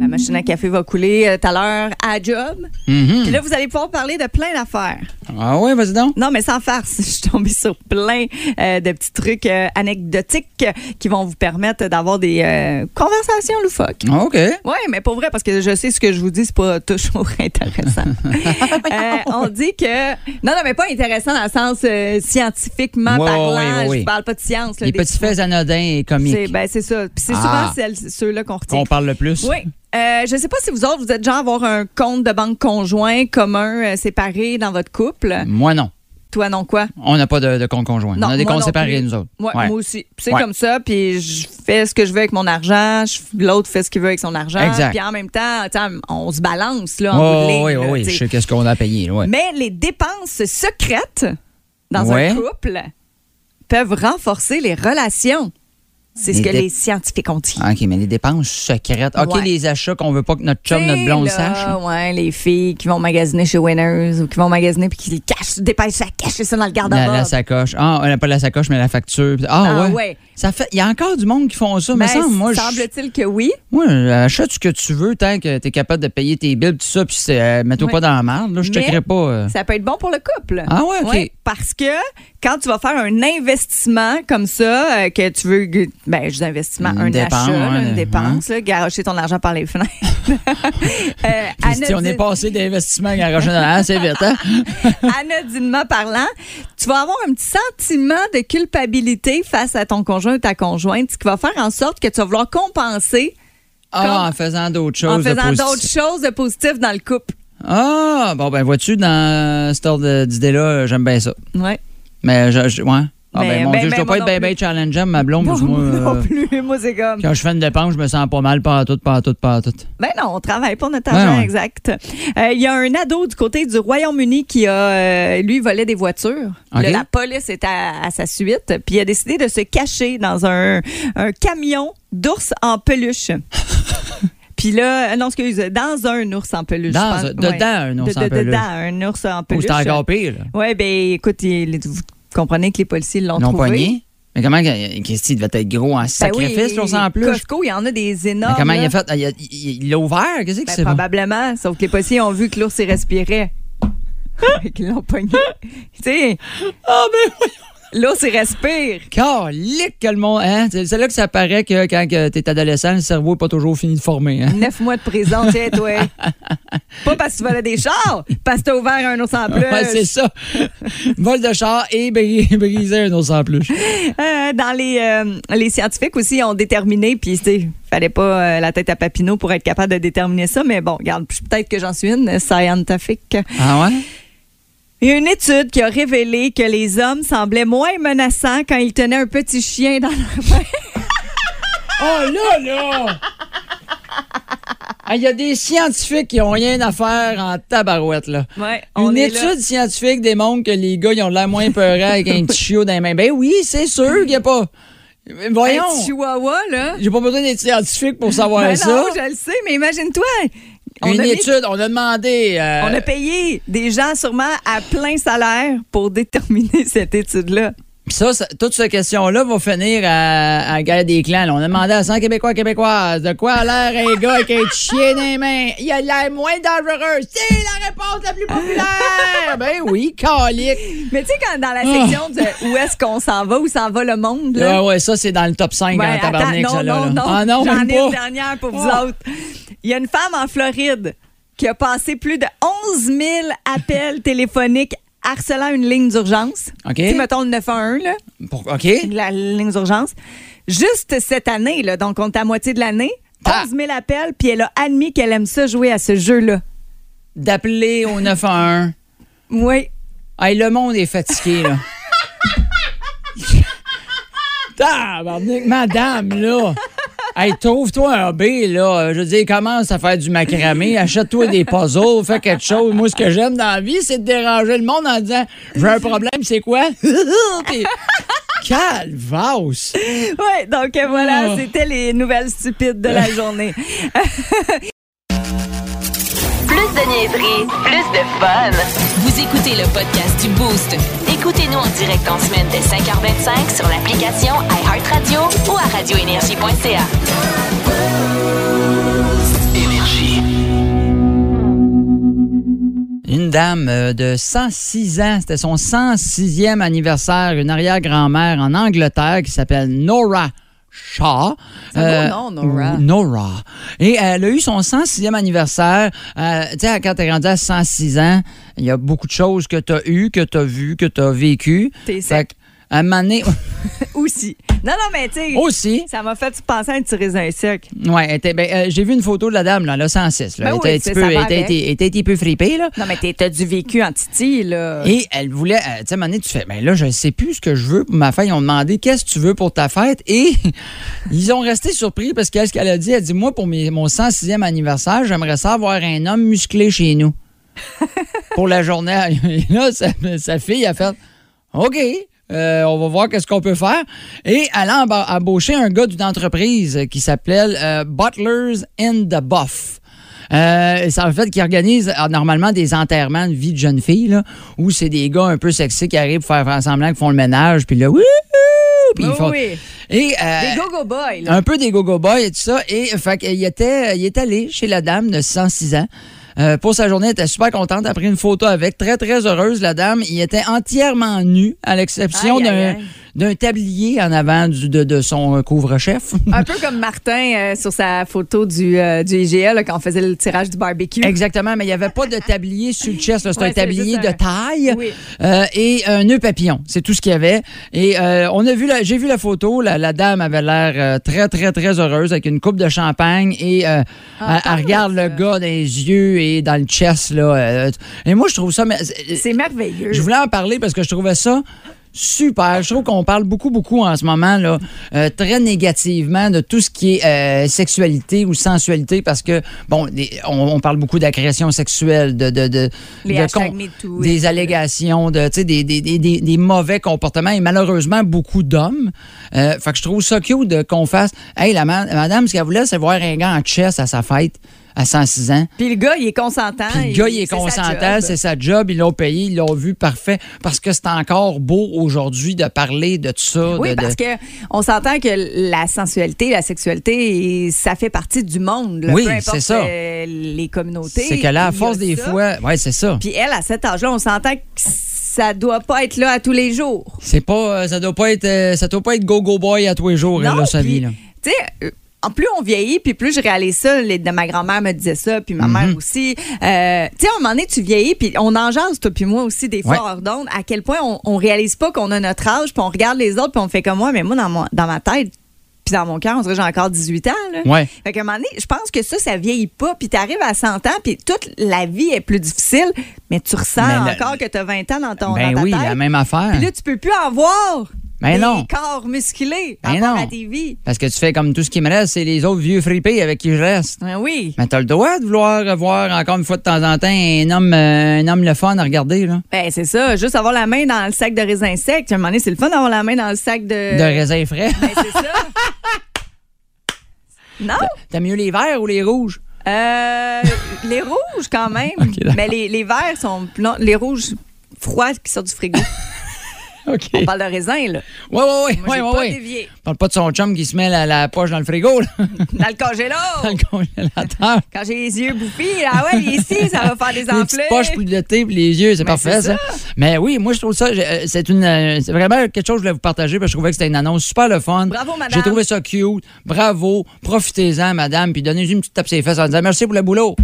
La machine à café va couler euh, tout à l'heure à job. Puis là, vous allez pouvoir parler de plein d'affaires. Ah ouais, vas-y donc. Non, mais sans farce, je suis tombée sur plein euh, de petits trucs euh, anecdotiques qui vont vous permettre d'avoir des euh, conversations loufoques. Ah, OK. Oui, mais pour vrai, parce que je sais ce que je vous dis, c'est pas toujours intéressant. Euh, on dit que. Non, non, mais pas intéressant dans le sens euh, scientifiquement Ouais, ouais, parlant. ouais, ouais, Je ouais. parle pas de science. Là, Les des- petits faits anodins et C'est comiques ben, c'est ça. Puis c'est Ah. souvent celles- ceux-là qu'on retient. qu'on parle le plus. Oui. Euh, je sais pas si vous autres, vous êtes genre avoir un compte de banque conjoint commun euh, séparé dans votre couple. Moi, non. Toi, non quoi? On n'a pas de, de compte conjoint. Non, Mm. on a des moi comptes non séparés, plus. nous autres. Moi, Ouais. moi aussi. Puis C'est Ouais. comme ça, puis je fais ce que je veux avec mon argent, je- l'autre fait ce qu'il veut avec son argent. Exact. Puis en même temps, tu sais, on se balance là, en bout de Oh, ligne, oui, là, oui, oui. tu sais. Je sais qu'est-ce qu'on a à payer. Ouais. Mais les dépenses secrètes dans Ouais. un couple peuvent renforcer les relations. C'est ce Les que dé- les scientifiques ont dit. Ah, OK, mais les dépenses secrètes. OK, Ouais. les achats qu'on veut pas que notre chum, notre T'sais, blonde Ben là, sache. Ouais, les filles qui vont magasiner chez Winners ou qui vont magasiner puis qui les cachent, dépêchent, ça cache ça dans le La, la garde-robe. sacoche. Ah, on n'a pas la sacoche, mais la facture. Ah, Ah, ouais. ouais. Ça fait. Il y a encore du monde qui font ça. mais Ben, semble, moi, je- semble-t-il que oui. moi, achète ce que tu veux tant que tu es capable de payer tes billes, tout ça, puis c'est, euh, mets-toi Ouais. pas dans la merde. Là, je Mais- checkerai pas. euh. Ça peut être bon pour le couple. Ah ouais, ok. parce que quand tu vas faire un investissement comme ça, euh, que tu veux, ben, je dis investissement, Une un dépense, achat, là, ouais, une dépense, là, garocher ton argent par les fenêtres. Euh, Christy, on est anodine- passé d'investissement à Rochelle à c'est vite, hein? anodinement parlant, tu vas avoir un petit sentiment de culpabilité face à ton conjoint ou ta conjointe, ce qui va faire en sorte que tu vas vouloir compenser Ah, en faisant d'autres choses. en de faisant positif. d'autres choses de positives dans le couple. Ah, bon, ben, vois-tu, dans cette ordre de- d'idées-là, euh, j'aime bien ça. Ouais. Mais, je, je- ouais. Ah, Mais- ben, mon ben, Dieu, ben, je dois moi pas être non bien, bien plus. challengeant, ma blonde, parce que moi, Moi non euh, plus, moi c'est comme. quand je fais une dépense, je me sens pas mal, pas à tout, pas à tout, pas à tout. Ben non, on travaille pour notre Ben argent, ouais. exact. Euh, Il y a un ado du côté du Royaume-Uni qui a, euh, lui, volé des voitures. Ok. Là, la police est à, à sa suite, puis il a décidé de se cacher dans un, un camion d'ours en peluche. Puis là, euh, non, excuse, dans un ours en peluche. Dans je pense. un- dedans un ours De- en de- peluche. Dedans un ours en Ou peluche. c'est encore pire, là. Oui, ben écoute, il- vous comprenez que les policiers l'ont Ils l'ont trouvé. pogné. Mais comment, que- euh, Christy, il devait être gros en Ben oui, sacrifice, là, on s'en plus. Costco, il y en a des Mais énormes. comment il là. a fait? Ah, Il a- il- il l'a ouvert? Qu'est-ce que Ben, c'est? bon? probablement, sauf que les policiers ont vu que l'ours y respirait. Fait qu'ils l'ont pogné. tu sais, Hein? Ah, ben oui! l'ours il respire. Calique que le monde, hein? C'est c'est là que ça paraît que quand que t'es adolescent, le cerveau n'est pas toujours fini de former, hein? Neuf mois de prison, tiens, toi. Pas parce que tu volais des chars, parce que t'as ouvert un ours en plus. Ouais, c'est ça. Vol de char et bri- briser un os en plus. Euh, dans les, euh, les scientifiques aussi ont déterminé, puis tu sais, fallait pas euh, la tête à Papineau pour être capable de déterminer ça, mais bon, regarde, peut-être que j'en suis une euh, scientifique. Ah ouais? Il y a une étude qui a révélé que les hommes semblaient moins menaçants quand ils tenaient un petit chien dans leur main. Oh là là! Ah, Il y a des scientifiques qui ont rien à faire en tabarouette, là. Ouais, on Une est là. étude scientifique démontre que les gars, ils ont l'air moins peureux avec un petit chiot dans les mains. Ben oui, c'est sûr qu'il n'y a pas. Voyons! Un chihuahua, là. J'ai pas besoin d'être scientifique pour savoir Ben ça. non, je le sais, mais imagine-toi. On, Une a mis- étude, on a demandé. euh, on a payé des gens sûrement à plein salaire pour déterminer cette étude-là. Puis ça, ça- toute cette question-là va finir à, à la guerre des clans. là. On a demandé à 100 Québécois Québécoises de quoi a l'air un gars avec un petit chien dans les mains. Il a l'air moins dangereux. C'est la réponse la plus populaire. ben oui, calique. Mais tu sais, quand Ah. dans la section de où est-ce qu'on s'en va, où s'en va le monde, là. Ouais, Ah ouais, ça, c'est dans le top 5 Ouais, en attends, tabarnak, non, ça, là. non, là. non, Ah non, j'en même ai une pas. dernière pour vous Ah. autres. Il y a une femme en Floride qui a passé plus de 11 000 appels téléphoniques harcelant une ligne d'urgence. OK. Tu sais, mettons le 911, là. Pour- OK. la ligne d'urgence. Juste cette année, là, donc on est à moitié de l'année, Ah. 11 000 appels, puis elle a admis qu'elle aime ça jouer à ce jeu-là. D'appeler au 911. Oui. Hey, le monde est fatigué, là. Tabarnak, madame, là. Hey, trouve-toi un B, là. Je veux dire, commence à faire du macramé, achète-toi des puzzles, fais quelque chose. Moi, ce que j'aime dans la vie, c'est de déranger le monde en disant J'ai un problème, c'est quoi Puis, Calvasse! Oui, donc euh, voilà, Oh. c'était les nouvelles stupides de la journée. Plus de niaiserie, plus de fun. Vous écoutez le podcast du Boost. Écoutez-nous en direct en semaine dès 5h25 sur l'application iHeartRadio ou à radioénergie.ca. Une dame euh, de 106 ans, c'était son 106e anniversaire, une arrière-grand-mère en Angleterre qui s'appelle Nora Shaw. Euh, C'est un beau nom, Nora. ou Nora. Et euh, elle a eu son 106e anniversaire. Euh, tu sais, quand t'es rendu à 106 ans, il y a beaucoup de choses que t'as eues, que t'as vues, que t'as vécues. T'es Fait sec que, à un moment donné- aussi. Non, non, mais tu sais, aussi, ça m'a fait penser à un petit raisin sec. ouais, elle était- ben, euh, j'ai vu une photo de la dame, là, elle a 106. Ben Là. Elle oui, était un c'est- petit ça peu- va elle était- avec. elle était un petit peu fripée, là. Non, mais t'es- t'as du vécu en titi, là. Et elle voulait, euh, tu sais, à un moment donné, tu fais, ben là, je sais plus ce que je veux pour ma fête. Ils ont demandé, qu'est-ce que tu veux pour ta fête? Et ils ont resté surpris parce qu'elle, ce qu'elle a dit, elle dit, moi, pour mes- mon 106e anniversaire, j'aimerais ça avoir un homme musclé chez nous. pour la journée. Et là, sa, sa fille a fait, OK. euh, on va voir qu'est-ce qu'on peut faire. Et elle a emba- embauché un gars d'une entreprise qui s'appelle euh, Butlers in the Buff. Euh, c'est en fait qui organise euh, normalement des enterrements de vie de jeunes filles, là, où c'est des gars un peu sexy qui arrivent pour faire, faire semblant qu'ils font le ménage, puis là, wouhou! Puis ils Oui, font- Ben oui. Et, euh, Des go-go boys, là. un peu des gogo boys et tout ça. Et euh, fait qu'il était, il est allé chez la dame de 106 ans. Euh, pour sa journée, elle était super contente. Elle a pris une photo avec. Très, très heureuse, la dame. Il était entièrement nu, à l'exception Aïe, aïe, d'un aïe. d'un tablier en avant du- de, de son euh, couvre-chef. Un peu comme Martin euh, sur sa photo du, euh, du IGA là, quand on faisait le tirage du barbecue. Exactement, mais il n'y avait pas de tablier sur le chest. là. C'est Ouais, un c'est tablier juste de un- taille Oui. Euh, et un nœud papillon. C'est tout ce qu'il y avait. Et euh, on a vu, la- j'ai vu la photo. La, la dame avait l'air euh, très, très, très heureuse avec une coupe de champagne et euh, Ah, elle- elle, regarde le gars dans les yeux et dans le chest. Là, euh, et moi, je trouve ça. mais- C'est merveilleux. je voulais en parler parce que je trouvais ça super. Je trouve qu'on parle beaucoup, beaucoup en ce moment, là, euh, très négativement de tout ce qui est euh, sexualité ou sensualité parce que, bon, les- on, on parle beaucoup d'agression sexuelle, de. de, de- Les de hashtags MeToo, des etc. allégations, de, tu sais, des, des, des, des- des mauvais comportements et malheureusement beaucoup d'hommes. Euh, fait que je trouve ça cute de- qu'on fasse. Hey, la ma- madame, ce qu'elle voulait, c'est voir un gars en chess à sa fête à 106 ans. Puis le gars, il est consentant. Puis le gars, il est c'est sa consentant, job. c'est sa job, ils l'ont payé, ils l'ont vu, parfait. Parce que c'est encore beau aujourd'hui de parler de tout ça. de- Oui, de- parce que on s'entend que la sensualité, la sexualité, ça fait partie du monde. là. Oui, Peu importe, c'est ça. euh, les communautés. C'est que là, à il y a force des ça. fois, ouais, c'est ça. Puis elle, à cet âge-là, on s'entend que ça doit pas être là à tous les jours. C'est pas, euh, ça doit pas être, euh, ça doit pas être go go boy à tous les jours là, sa puis, vie là. Tu sais, euh, en plus on vieillit, puis plus je réalise ça, les, de- ma grand-mère me disait ça, puis ma Mhm. mère aussi. Euh, tu sais, à un moment donné, tu vieillis, puis on engendre, toi puis moi aussi, des fois Ouais. hors d'onde, à quel point on, on réalise pas qu'on a notre âge, puis on regarde les autres, puis on fait comme moi, mais moi, dans, mon- dans ma tête, puis dans mon cœur, on dirait que j'ai encore 18 ans. Là. Ouais. Fait qu'à un moment donné, je pense que ça, ça vieillit pas, puis t'arrives à 100 ans, puis toute la vie est plus difficile, mais tu ressens Mais la- encore que t'as 20 ans dans ton Ben dans ta oui, tête. la même affaire. Puis là, tu peux plus en voir. Ben des Hein. non. corps musculés Ben par rapport non. à tes vies. Parce que tu fais comme tout ce qui me reste, c'est les autres vieux fripés avec qui je reste. Ben oui. Mais t'as le droit de vouloir voir encore une fois de temps en temps un homme, euh, un homme le fun à regarder là. Ben, c'est ça. Juste avoir la main dans le sac de raisins secs. À un moment donné, c'est le fun d'avoir la main dans le sac de. De raisin frais. Ben, c'est ça. non? T'as mieux les verts ou les rouges? Euh, les rouges, quand même. Ok, d'accord. Mais les, les verts sont. Non, les rouges froids qui sortent du frigo. Ok. On parle de raisin, là. Ouais, ouais, ouais, Moi, j'ai ouais, pas ouais. dévié. Parle pas de son chum qui se met la, la poche dans le frigo, là, Dans le congélo. dans le congélateur. Quand j'ai les yeux bouffis, ah ouais, mais ici, ça va faire des Une enflés. petite poche pour le thé, pour les yeux, c'est parfait, Ben, c'est ça. Mais oui, moi, je trouve ça, j'ai- euh, c'est une, euh, c'est vraiment quelque chose que je voulais vous partager parce que je trouvais que c'était une annonce super le fun. Bravo, madame. J'ai trouvé ça cute. Bravo. Profitez-en, madame, puis donnez-lui une petite tape sur les fesses en disant merci pour le boulot.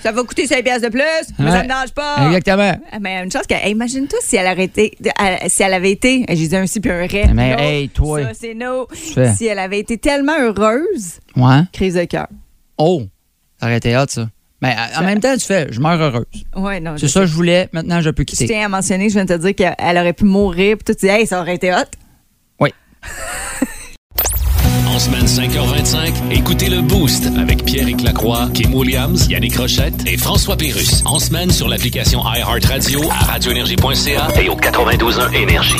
Ça va coûter 5 piastres de plus, mais ça Ouais. me dérange pas. Exactement. Ah, Mais une chose que, hey, imagine-toi si elle aurait été, elle- si elle avait été, j'ai dit un si puis un ré. Mais No, hey, toi. Ça, c'est no. fais. Si elle avait été tellement heureuse, Ouais. crise de cœur. Oh, ça aurait été hot, ça. Mais euh, en même temps, tu fais, je meurs heureuse. Ouais, non. C'est Je, ça que je voulais, maintenant, je peux je quitter. tiens à mentionner, je viens de te dire qu'elle aurait pu mourir, puis tu dis, hey, ça aurait été hot. Oui. En semaine 5h25, écoutez le Boost avec Pierre Lacroix, Kim Williams, Yannick Rochette et François Pérus. En semaine sur l'application iHeartRadio à radioénergie.ca et au 92.1 Énergie.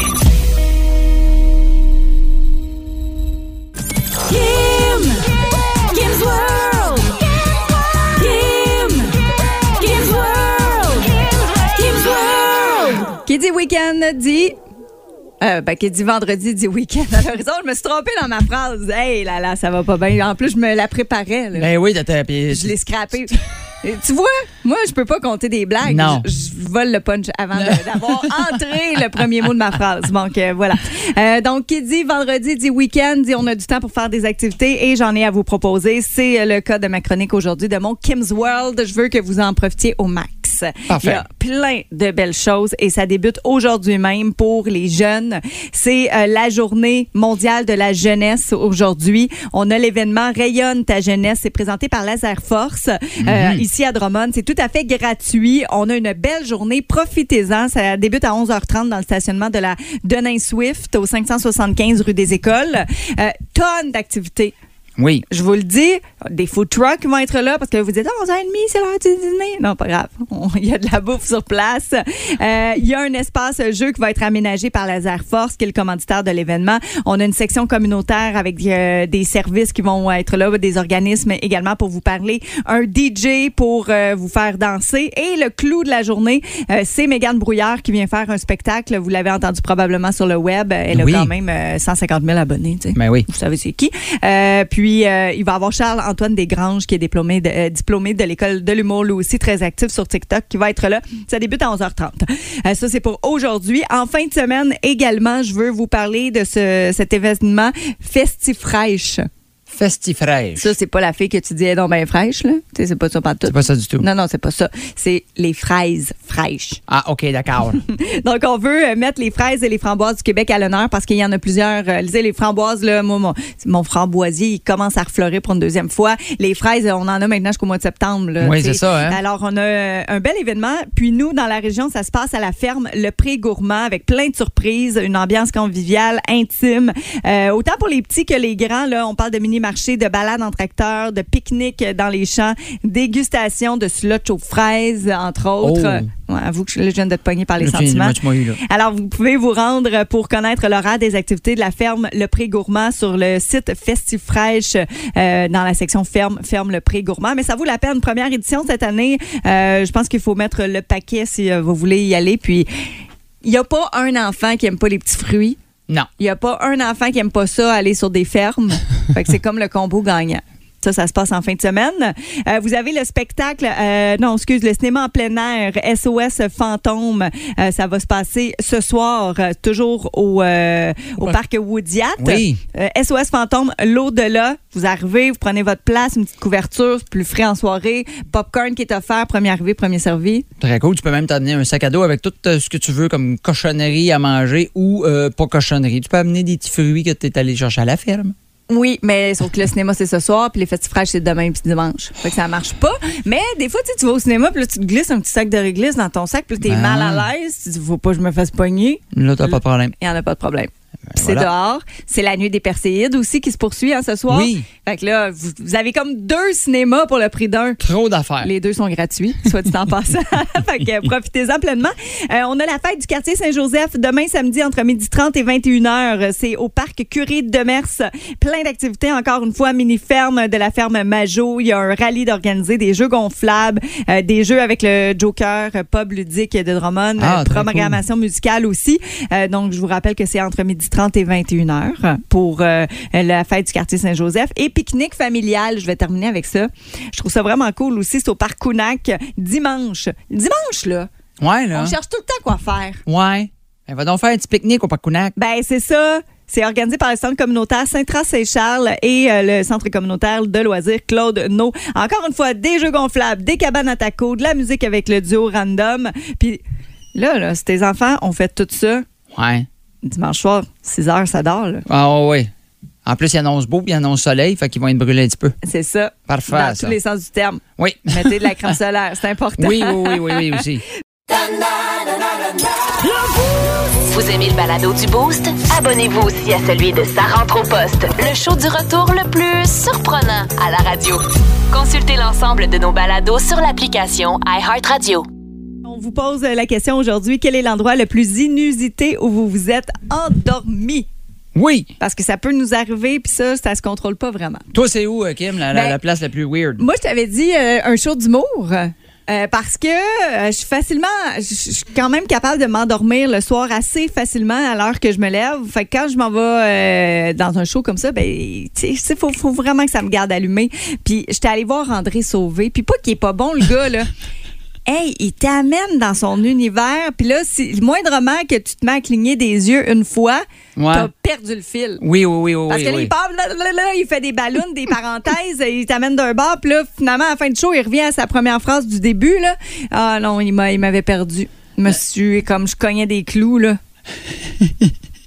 week-end dit. Euh, ben, qui dit vendredi, dit week-end à l'horizon. Je me suis trompée dans ma phrase. Hey là là, ça va pas bien. En plus, je me la préparais. là. Ben oui, t'as. puis- je l'ai scrappé. Et tu vois, moi, je peux pas compter des blagues. Non. Je, je vole le punch avant de- d'avoir entré le premier mot de ma phrase. Donc, euh, voilà. Euh, donc, qui dit vendredi, dit week-end, dit on a du temps pour faire des activités et j'en ai à vous proposer. C'est euh, le cas de ma chronique aujourd'hui de mon Kim's World. Je veux que vous en profitiez au max. Parfait. Il y a plein de belles choses et ça débute aujourd'hui même pour les jeunes. C'est euh, la journée mondiale de la jeunesse aujourd'hui. On a l'événement Rayonne ta jeunesse. C'est présenté par Laser Force euh, ici à Drummond. C'est tout à fait gratuit. On a une belle journée. Profitez-en. Ça débute à 11h30 dans le stationnement de la Denain Swift au 575 rue des Écoles. Euh, tonnes d'activités. Oui. Je vous le dis, des food trucks vont être là parce que vous dites, oh, 11h30, c'est l'heure du dîner. Non, pas grave. On- Il y a de la bouffe sur place. Euh, Il y a un espace jeu qui va être aménagé par Laser Force, qui est le commanditaire de l'événement. On a une section communautaire avec euh, des services qui vont être là, des organismes également pour vous parler. Un DJ pour euh, vous faire danser. Et le clou de la journée, euh, c'est Mégane Brouillard qui vient faire un spectacle. Vous l'avez entendu probablement sur le web. Elle Oui. a quand même euh, 150 000 abonnés. tu sais. Ben oui. Vous savez c'est qui. Euh, puis, euh, il va y avoir Charles-Antoine Desgranges, qui est diplômé de, euh, diplômé de l'École de l'humour, lui aussi très actif sur TikTok, qui va être là. Ça débute à 11h30. Euh, ça, c'est pour aujourd'hui. En fin de semaine également, je veux vous parler de ce, cet événement Festifraîche. Festifraîche. Ça, c'est pas la fille que tu dis, eh donc ben fraîche, là. Tu sais, c'est pas ça, pas tout. C'est pas ça du tout. Non, non, c'est pas ça. C'est les fraises fraîches. Ah, OK, d'accord. Donc, on veut euh, mettre les fraises et les framboises du Québec à l'honneur parce qu'il y en a plusieurs. Euh, lisez, les framboises, là, moi, mon, mon framboisier, il commence à refleurir pour une deuxième fois. Les fraises, euh, on en a maintenant jusqu'au mois de septembre. là, Oui, tu sais. c'est ça, hein. Alors, on a euh, un bel événement. Puis nous, dans la région, ça se passe à la ferme Le Pré Gourmand avec plein de surprises, une ambiance conviviale, intime. Euh, autant pour les petits que les grands, là, on parle de mini-marché, de balades en tracteur, de pique-nique dans les champs, dégustation de slotch aux fraises, entre autres. Oh! Ouais, avoue que je là, je viens de te pogner par les Là, tu- sentiments. là, tu m'as eu, là. Alors, vous pouvez vous rendre euh, pour connaître l'horaire des activités de la ferme Le Pré Gourmand sur le site Festif Fraîche euh, dans la section ferme, ferme Le Pré Gourmand. Mais ça vaut la peine. Première édition cette année. Euh, je pense qu'il faut mettre le paquet si euh, vous voulez y aller. Puis, il n'y a pas un enfant qui aime pas les petits fruits. Non. Il n'y a pas un enfant qui aime pas ça, aller sur des fermes. fait que c'est comme le combo gagnant. Ça, ça se passe en fin de semaine. Euh, vous avez le spectacle, euh, non, excuse, le cinéma en plein air, SOS Fantôme. Euh, ça va se passer ce soir, euh, toujours au, euh, au Ouais. parc Woodyat. Oui. Euh, SOS Fantôme, l'au-delà. Vous arrivez, vous prenez votre place, une petite couverture, c'est plus frais en soirée. Popcorn qui est offert, premier arrivé, premier servi. Très cool. Tu peux même t'amener un sac à dos avec tout euh, ce que tu veux comme cochonnerie à manger ou euh, pas cochonnerie. Tu peux amener des petits fruits que tu es allé chercher à la ferme. Oui, mais sauf que le cinéma, c'est ce soir, puis les festifrages, c'est demain puis dimanche. Fait que ça marche pas. Mais des fois, tu sais, tu vas au cinéma, puis là, tu te glisses un petit sac de réglisse dans ton sac, puis là, t'es Ben. mal à l'aise. Tu te dis, faut pas que je me fasse pogner. Là, t'as pas de problème. Il n'y en a pas de problème. Puis c'est Ben voilà. dehors. C'est la nuit des Perséides aussi qui se poursuit hein, ce soir. Oui. Fait que là, vous, vous avez comme deux cinémas pour le prix d'un. Trop d'affaires. Les deux sont gratuits, soit dit en passant. fait que euh, profitez-en pleinement. Euh, on a la fête du quartier Saint-Joseph demain samedi entre 12h30 et 21h. C'est au parc Curie de Demers. Plein d'activités, encore une fois, mini-ferme de la ferme Majot. Il y a un rallye d'organiser, des jeux gonflables, euh, des jeux avec le Joker, euh, pub ludique de Drummond, Ah, euh, très cool. programmation musicale aussi. Euh, donc, je vous rappelle que c'est entre 12h30 et 21h pour euh, la fête du quartier Saint-Joseph. Et pique-nique familial, je vais terminer avec ça. Je trouve ça vraiment cool aussi. C'est au parc Counac, dimanche. Dimanche, là, Ouais, là. on cherche tout le temps quoi faire. Ouais. Ben, va donc faire un petit pique-nique au Pacounac. Ben, c'est ça. C'est organisé par le Centre communautaire Saint-Tras-Saint-Charles et euh, le Centre communautaire de loisirs Claude No. Encore une fois, des jeux gonflables, des cabanes à tacos, de la musique avec le duo random. Puis là, là, si tes enfants ont fait tout ça, Ouais. dimanche soir, 6 heures, ça dort. là. Ah, ouais, ouais. En plus, il annonce beau, puis il annonce soleil, fait qu'ils vont être brûlés un petit peu. C'est ça. Parfait, Dans ça. tous les sens du terme. Oui. Mettez de la crème solaire, c'est important. Oui, oui, oui, oui, oui, aussi. Vous aimez le balado du Boost? Abonnez-vous aussi à celui de Sa rentre au poste, le show du retour le plus surprenant à la radio. Consultez l'ensemble de nos balados sur l'application iHeartRadio. On vous pose la question aujourd'hui quel est l'endroit le plus inusité où vous vous êtes endormi? Oui. Parce que ça peut nous arriver, puis ça, ça se contrôle pas vraiment. Toi, c'est où, euh, Kim, la, la- Ben- la place la plus weird? Moi, je t'avais dit euh, un show d'humour. Euh, parce que euh, je suis facilement, je je suis quand même capable de m'endormir le soir assez facilement à l'heure que je me lève. Fait que quand je m'en vais euh, dans un show comme ça, ben, tu sais, faut, faut vraiment que ça me garde allumé. Puis j'étais allée voir André Sauvé, puis pas qu'il est pas bon le gars là. Hey, il t'amène dans son univers, puis là, si, le moindrement que tu te mets à cligner des yeux une fois, Ouais. t'as perdu le fil. Oui, oui, oui, oui. Parce que là, oui. il part, là, là, là, il fait des ballons, des parenthèses, il t'amène d'un bar, puis là, finalement, à la fin de show, il revient à sa première phrase du début, là. Ah non, il m'a- il m'avait perdu. Monsieur, comme je cognais des clous, là.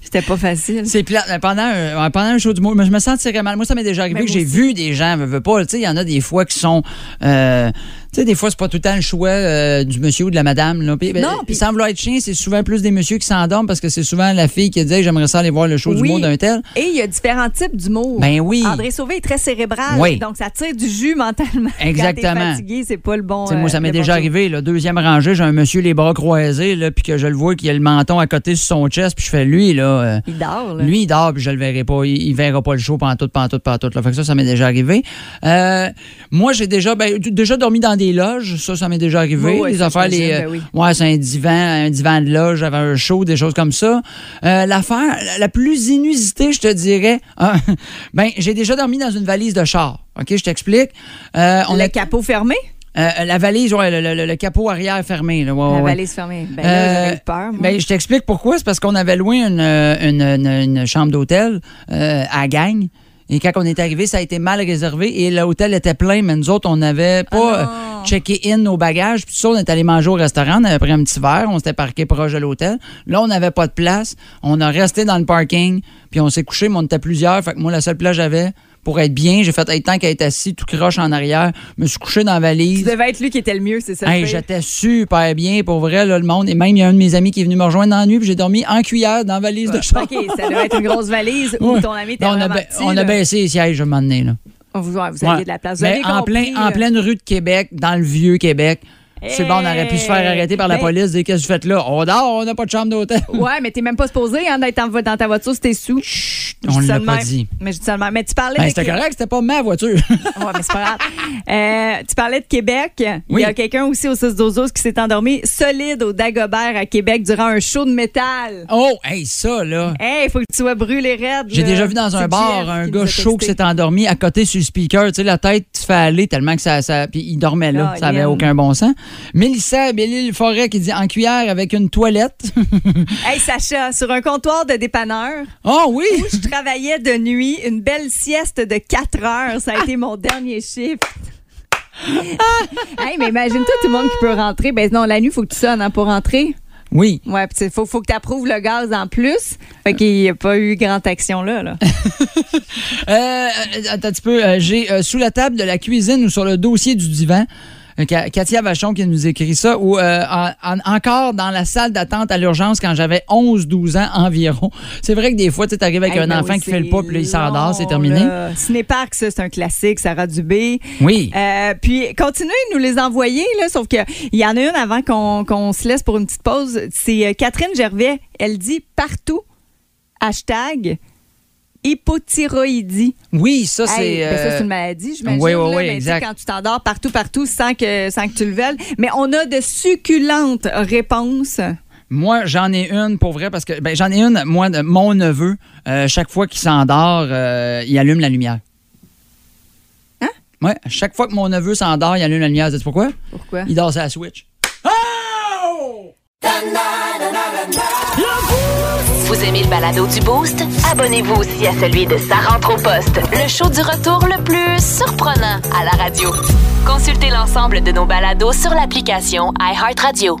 C'était pas facile. C'est plate. mais Pendant un, pendant un show d'humour, mais je me sentirais mal. Moi, ça m'est déjà arrivé Mais que Ben, moi j'ai vu des gens, veux, veux pas. Tu sais, il y en a des fois qui sont. euh, tu sais, des fois, c'est pas tout le temps le choix euh, du monsieur ou de la madame. Là. Puis, ben, Non, puis- sans vouloir être chien, c'est souvent plus des messieurs qui s'endorment parce que c'est souvent la fille qui dit J'aimerais ça aller voir le show Oui. d'humour d'un tel. Et il y a différents types d'humour. Ben oui. André Sauvé est très cérébral, Oui. donc ça tire du jus mentalement. Quand Exactement. t'es fatigué, c'est pas le bon. Tu sais, moi, euh, ça m'est le bon déjà show. arrivé. Là, deuxième rangée, j'ai un monsieur les bras croisés, là, puis que je le vois qu'il a le menton à côté sur son chest, puis je fais lui, là. euh, Il dort, là. Lui, il dort, puis je le verrai pas. Il, il verra pas le show pantoute, pantoute, pantoute. Là. Fait que ça, ça m'est déjà arrivé. Euh, moi, j'ai déjà, ben, d- déjà dormi dans des loges. Ça, ça m'est déjà arrivé. Oui, oui, les ça, affaires, les. j'imagine, ben euh, oui. Ouais, c'est un divan, un divan de loge, j'avais un show, des choses comme ça. Euh, L'affaire la- la plus inusitée, je te dirais, hein, ben, j'ai déjà dormi dans une valise de char. OK, je t'explique. Euh, on le a- capot fermé? euh, la valise, ouais, le, le- le- le capot arrière fermé. Là, ouais, La Oh, ouais. valise fermée. Ben là, j'aurais Euh, eu peur, moi. ben, je t'explique pourquoi. C'est parce qu'on avait loué une, euh, une- une- une chambre d'hôtel euh, à Gagne. Et quand on est arrivé, ça a été mal réservé et l'hôtel était plein, mais nous autres, on n'avait Ah pas euh, checké in nos bagages. Puis tout ça, on est allé manger au restaurant, on avait pris un petit verre, on s'était parqué proche de l'hôtel. Là, on n'avait pas de place. On a resté dans le parking, puis on s'est couché, mais on était plusieurs. Fait que moi, la seule place que j'avais pour être bien, j'ai fait hey, tant qu'à être assis, tout croche en arrière, je me suis couché dans la valise. Tu devais être lui qui était le mieux, c'est ça? le Hey, pire? j'étais super bien pour vrai, là, le monde. Et même, il y a un de mes amis qui est venu me rejoindre dans la nuit, puis j'ai dormi en cuillère dans la valise de chambre. OK, ça devait être une grosse valise où Ouais. ton ami était on, a, vraiment ba- petit, on a là. baissé les sièges, je m'en ai, là. On Vous, ouais, vous aviez Ouais. de la place. Vous Mais avez en, compris, euh, plein, en là. pleine rue de Québec, dans le vieux Québec. C'est bon, on aurait pu se faire arrêter par la Ben- Oh, police. Dès qu'est-ce que vous faites là? On dort, on n'a pas de chambre d'hôtel. Ouais, mais t'es même pas supposé hein, d'être en vo- dans ta voiture si t'es sous. Je on dis ça l'a de pas même. dit. Mais je dis seulement. Mais tu parlais Ben, de c'était Québec. correct, c'était pas ma voiture. Ouais, mais c'est pas grave. Euh, tu parlais de Québec. Il Oui. y a quelqu'un aussi au 6 12 qui s'est endormi solide au Dagobert à Québec durant un show de métal. oh, hey, ça, là. Hey, faut que tu sois brûlé raide. J'ai là. déjà vu dans C'est un bar Jeff un qui gars nous a chaud qui texté. s'est endormi à côté sur le speaker. Tu sais, la tête se fait aller tellement que ça. ça puis il dormait là. Ah, ça avait Yann. aucun bon sens. Mélissa Bellil Forêt qui dit en cuillère avec une toilette. Hey, Sacha, sur un comptoir de dépanneur. oh oui! Je travaillais de nuit, une belle sieste de 4 heures. Ça a été mon dernier shift. Ah! hey, mais imagine-toi tout le monde qui peut rentrer. Ben non, la nuit, il faut que tu sonnes hein, pour rentrer. Oui. Ouais, puis il faut, faut que tu approuves le gaz en plus. Fait qu'il n'y a pas eu grande action là. là. Euh, euh, attends un petit peu. euh, J'ai euh, sous la table de la cuisine ou sur le dossier du divan. euh, Ka- Katia Vachon qui nous écrit ça, ou euh, en- en- encore dans la salle d'attente à l'urgence quand j'avais 11-12 ans environ. C'est vrai que des fois, tu arrives avec Hey, un ben enfant oui, qui fait le c'est pas, puis là, il s'endort, c'est long, terminé. là. Cinépark, ça, c'est un classique. Sarah Dubé. Oui. Euh, puis continuez de nous les envoyer, là, sauf que il y en a une avant qu'on qu'on se laisse pour une petite pause. C'est euh, Catherine Gervais. Elle dit partout, hashtag hypothyroïdie. oui, ça, c'est. Hey, ben ça, euh, c'est une maladie, j'imagine. oui, oui, là, oui, mais tu sais, exact. Quand tu t'endors partout, partout, sans que, sans que tu le veuilles. Mais on a de succulentes réponses. Moi, j'en ai une pour vrai parce que ben, j'en ai une, moi, de mon neveu, euh, chaque fois qu'il s'endort, euh, il allume la lumière. Hein? Ouais, chaque fois que mon neveu s'endort, il allume la lumière. Sais-tu pourquoi? Pourquoi? Il dort sa Switch. Vous aimez le balado du Boost? Abonnez-vous aussi à celui de Sa rentre au poste, le show du retour le plus surprenant à la radio. Consultez l'ensemble de nos balados sur l'application iHeartRadio.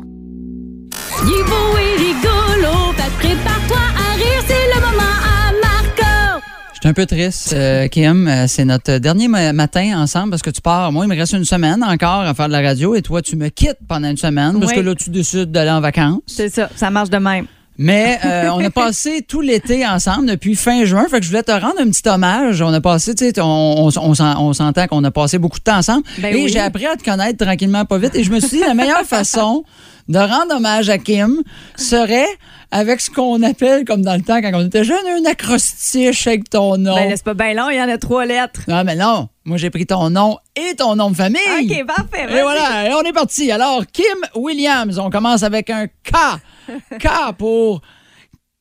Il est beau et rigolo, fait que prépare-toi à rire, c'est le moment à Marco. Je suis un peu triste, euh, Kim. Euh, C'est notre dernier ma- matin ensemble parce que tu pars. Moi, il me reste une semaine encore à faire de la radio et toi, tu me quittes pendant une semaine parce Oui. que là, tu décides d'aller en vacances. C'est ça, ça marche de même. Mais euh, on a passé tout l'été ensemble depuis fin juin. Fait que je voulais te rendre un petit hommage. On a passé, tu sais, on, on, on s'en- on s'entend qu'on a passé beaucoup de temps ensemble. Ben et oui. j'ai appris à te connaître tranquillement, pas vite. Et je me suis dit, la meilleure façon de rendre hommage à Kim serait avec ce qu'on appelle, comme dans le temps, quand on était jeune, un acrostiche avec ton nom. Ben, là, c'est pas bien long, il y en a trois lettres. non, mais non. Moi, j'ai pris ton nom et ton nom de famille. OK, parfait. Et vas-y. voilà, et on est parti. Alors, Kim Williams, on commence avec un K. K pour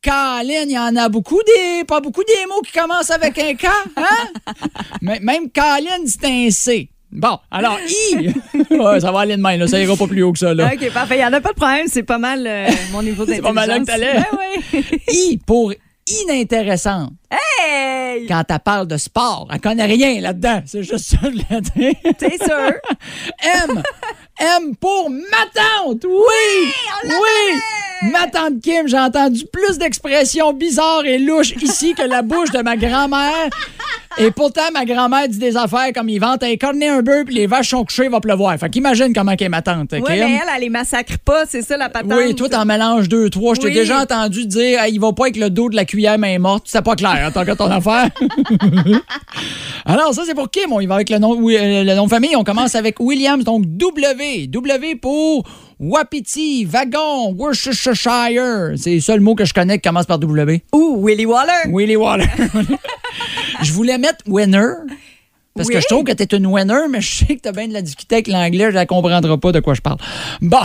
Colin. Il y en a beaucoup des. Pas beaucoup des mots qui commencent avec un K, hein? Mais- Même Colin, c'est un C. Bon, alors I. Ouais, ça va aller de même, là. Ça ira pas plus haut que ça, là. OK, parfait. Il n'y en a pas de problème. C'est pas mal euh, mon niveau d'intelligence. pas mal là que t'allais. Ben oui. I pour inintéressante. Hey! Quand elle parle de sport, elle connaît rien là-dedans. C'est juste ça, je l'ai dit. T'es sûr? M. M pour ma tante. Oui. Oui. Ma tante Kim, j'ai entendu plus d'expressions bizarres et louches ici que la bouche de ma grand-mère. Et pourtant, ma grand-mère dit des affaires comme il vente un cornet, un bœuf, puis les vaches sont couchées, il va pleuvoir. Fait qu'imagine comment qu'est ma tante, Oui, Kim. mais elle, elle les massacre pas. C'est ça la patente. Oui, toi, t'en mélanges deux, trois. Je t'ai Oui. déjà entendu dire, Hey, il va pas avec le dos de la cuillère main morte. C'est pas clair, en tant que ton affaire. Alors, ça, c'est pour Kim. On y va avec le nom, oui, euh, le nom de famille. On commence avec Williams, donc W. W pour Wapiti, Wagon, Worcestershire. C'est le seul mot que je connais qui commence par W. Ouh, Willy Waller. Willie Water. je voulais mettre winner. Parce que Oui. je trouve que t'es une winner, mais je sais que t'as bien de la difficulté avec l'anglais, je la comprendrai pas de quoi je parle. bon.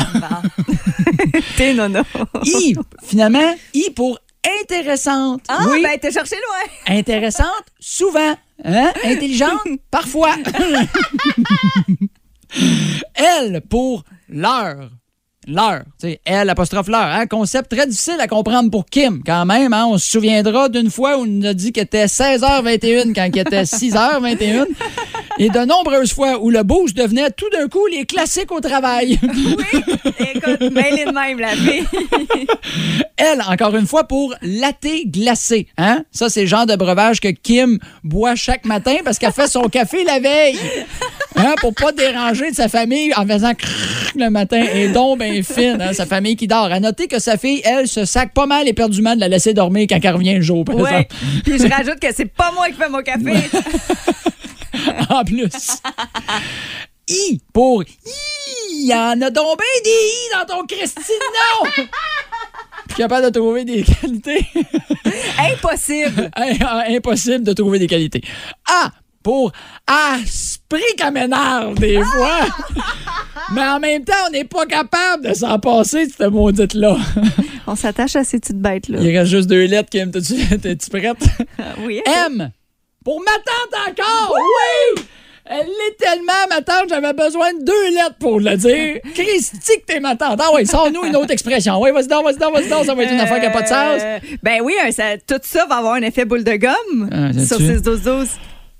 T'es nono. I, finalement, I pour intéressante. Ah, oui, ben, t'as cherché loin. intéressante, souvent. Hein? Intelligente, parfois. L pour l'heure. L'heure, tu sais, L apostrophe l'heure, hein? concept très difficile à comprendre pour Kim quand même. Hein? On se souviendra d'une fois où il nous a dit qu'il était 16h21 quand il était 6h21 et de nombreuses fois où le boost devenait tout d'un coup les classiques au travail. Écoute, mêlée de même, la fille. Elle, encore une fois, pour latte glacé. Hein? Ça, c'est le genre de breuvage que Kim boit chaque matin parce qu'elle fait son café la veille. Hein? Pour pas déranger de sa famille en faisant crrrr le matin. Et donc, ben fine, hein, sa famille qui dort. À noter que sa fille, elle, se sac pas mal éperdument de la laisser dormir quand elle revient le jour, par Ouais. exemple. Puis je rajoute que c'est pas moi qui fais mon café. En plus. I pour I. Il y en a donc ben des I dans ton Christine, non! Je suis capable de trouver des qualités. Impossible. Hey, ah, impossible de trouver des qualités. A pour esprit comme énerve des fois. Mais en même temps, on n'est pas capable de s'en passer de cette maudite-là. On s'attache à ces petites bêtes-là. Il reste juste deux lettres, Kim. T'es-tu t'es-tu prête? Oui. M pour ma tante encore! Oui! Elle l'est tellement, ma tante, j'avais besoin de deux lettres pour le dire. Christy, que t'es ma tante. Ah oui, sors-nous une autre expression. Oui, vas-y donc, vas-y donc, vas-y donc, ça va être une affaire qui n'a pas de sens. Euh, Ben oui, un- ça- tout ça va avoir un effet boule de gomme Ah, sur là-dessus. 6-12-12.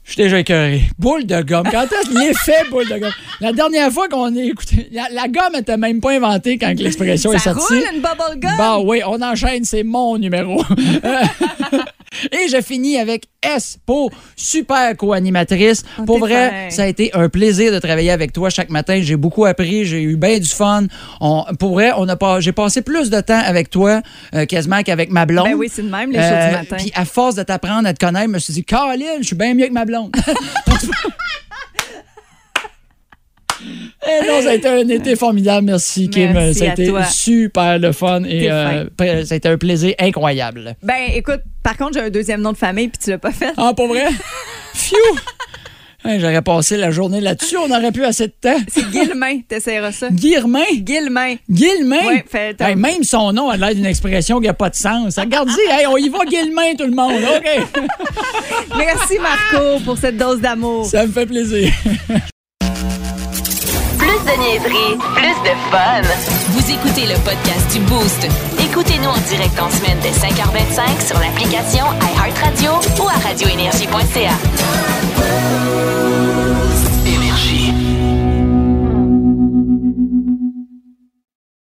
Je suis déjà écœuré. Boule de gomme. Quand est-ce qu'il est fait, boule de gomme? La dernière fois qu'on a écouté, la, la gomme n'était même pas inventée quand l'expression est ça sortie. roule une bubble gum. Bon, Bah oui, on enchaîne, c'est mon numéro. Et je finis avec S pour super co-animatrice. Oh, pour t'es vrai, fin. ça a été un plaisir de travailler avec toi chaque matin. J'ai beaucoup appris, j'ai eu bien du fun. On, pour vrai, on a pas, j'ai passé plus de temps avec toi euh, quasiment qu'avec ma blonde. Euh, Ben oui, c'est le même, les shows du matin. Puis à force de t'apprendre à te connaître, je me suis dit, Caroline, je suis bien mieux que ma blonde. Eh non, ça a été un été formidable. Merci, Kim. Merci ça a à été toi. super le fun T'es et euh, pr- ça a été un plaisir incroyable. Ben écoute, par contre, j'ai un deuxième nom de famille puis tu l'as pas fait. Ah, pour vrai? Phew! Hein, J'aurais passé la journée là-dessus. On aurait pu assez de temps. C'est Guilmain, t'essaieras ça. Guillermin? Guilmain. Guilmain? Ouais, fait- Hey, même son nom a l'air d'une expression qui n'a pas de sens. Regardez, hey, on y va Guilmain, tout le monde. OK. Merci Marco pour cette dose d'amour. Ça me fait plaisir. Plus de niaiserie, plus de fun. Vous écoutez le podcast du Boost. Écoutez-nous en direct en semaine dès 5h25 sur l'application iHeartRadio ou à radioénergie.ca.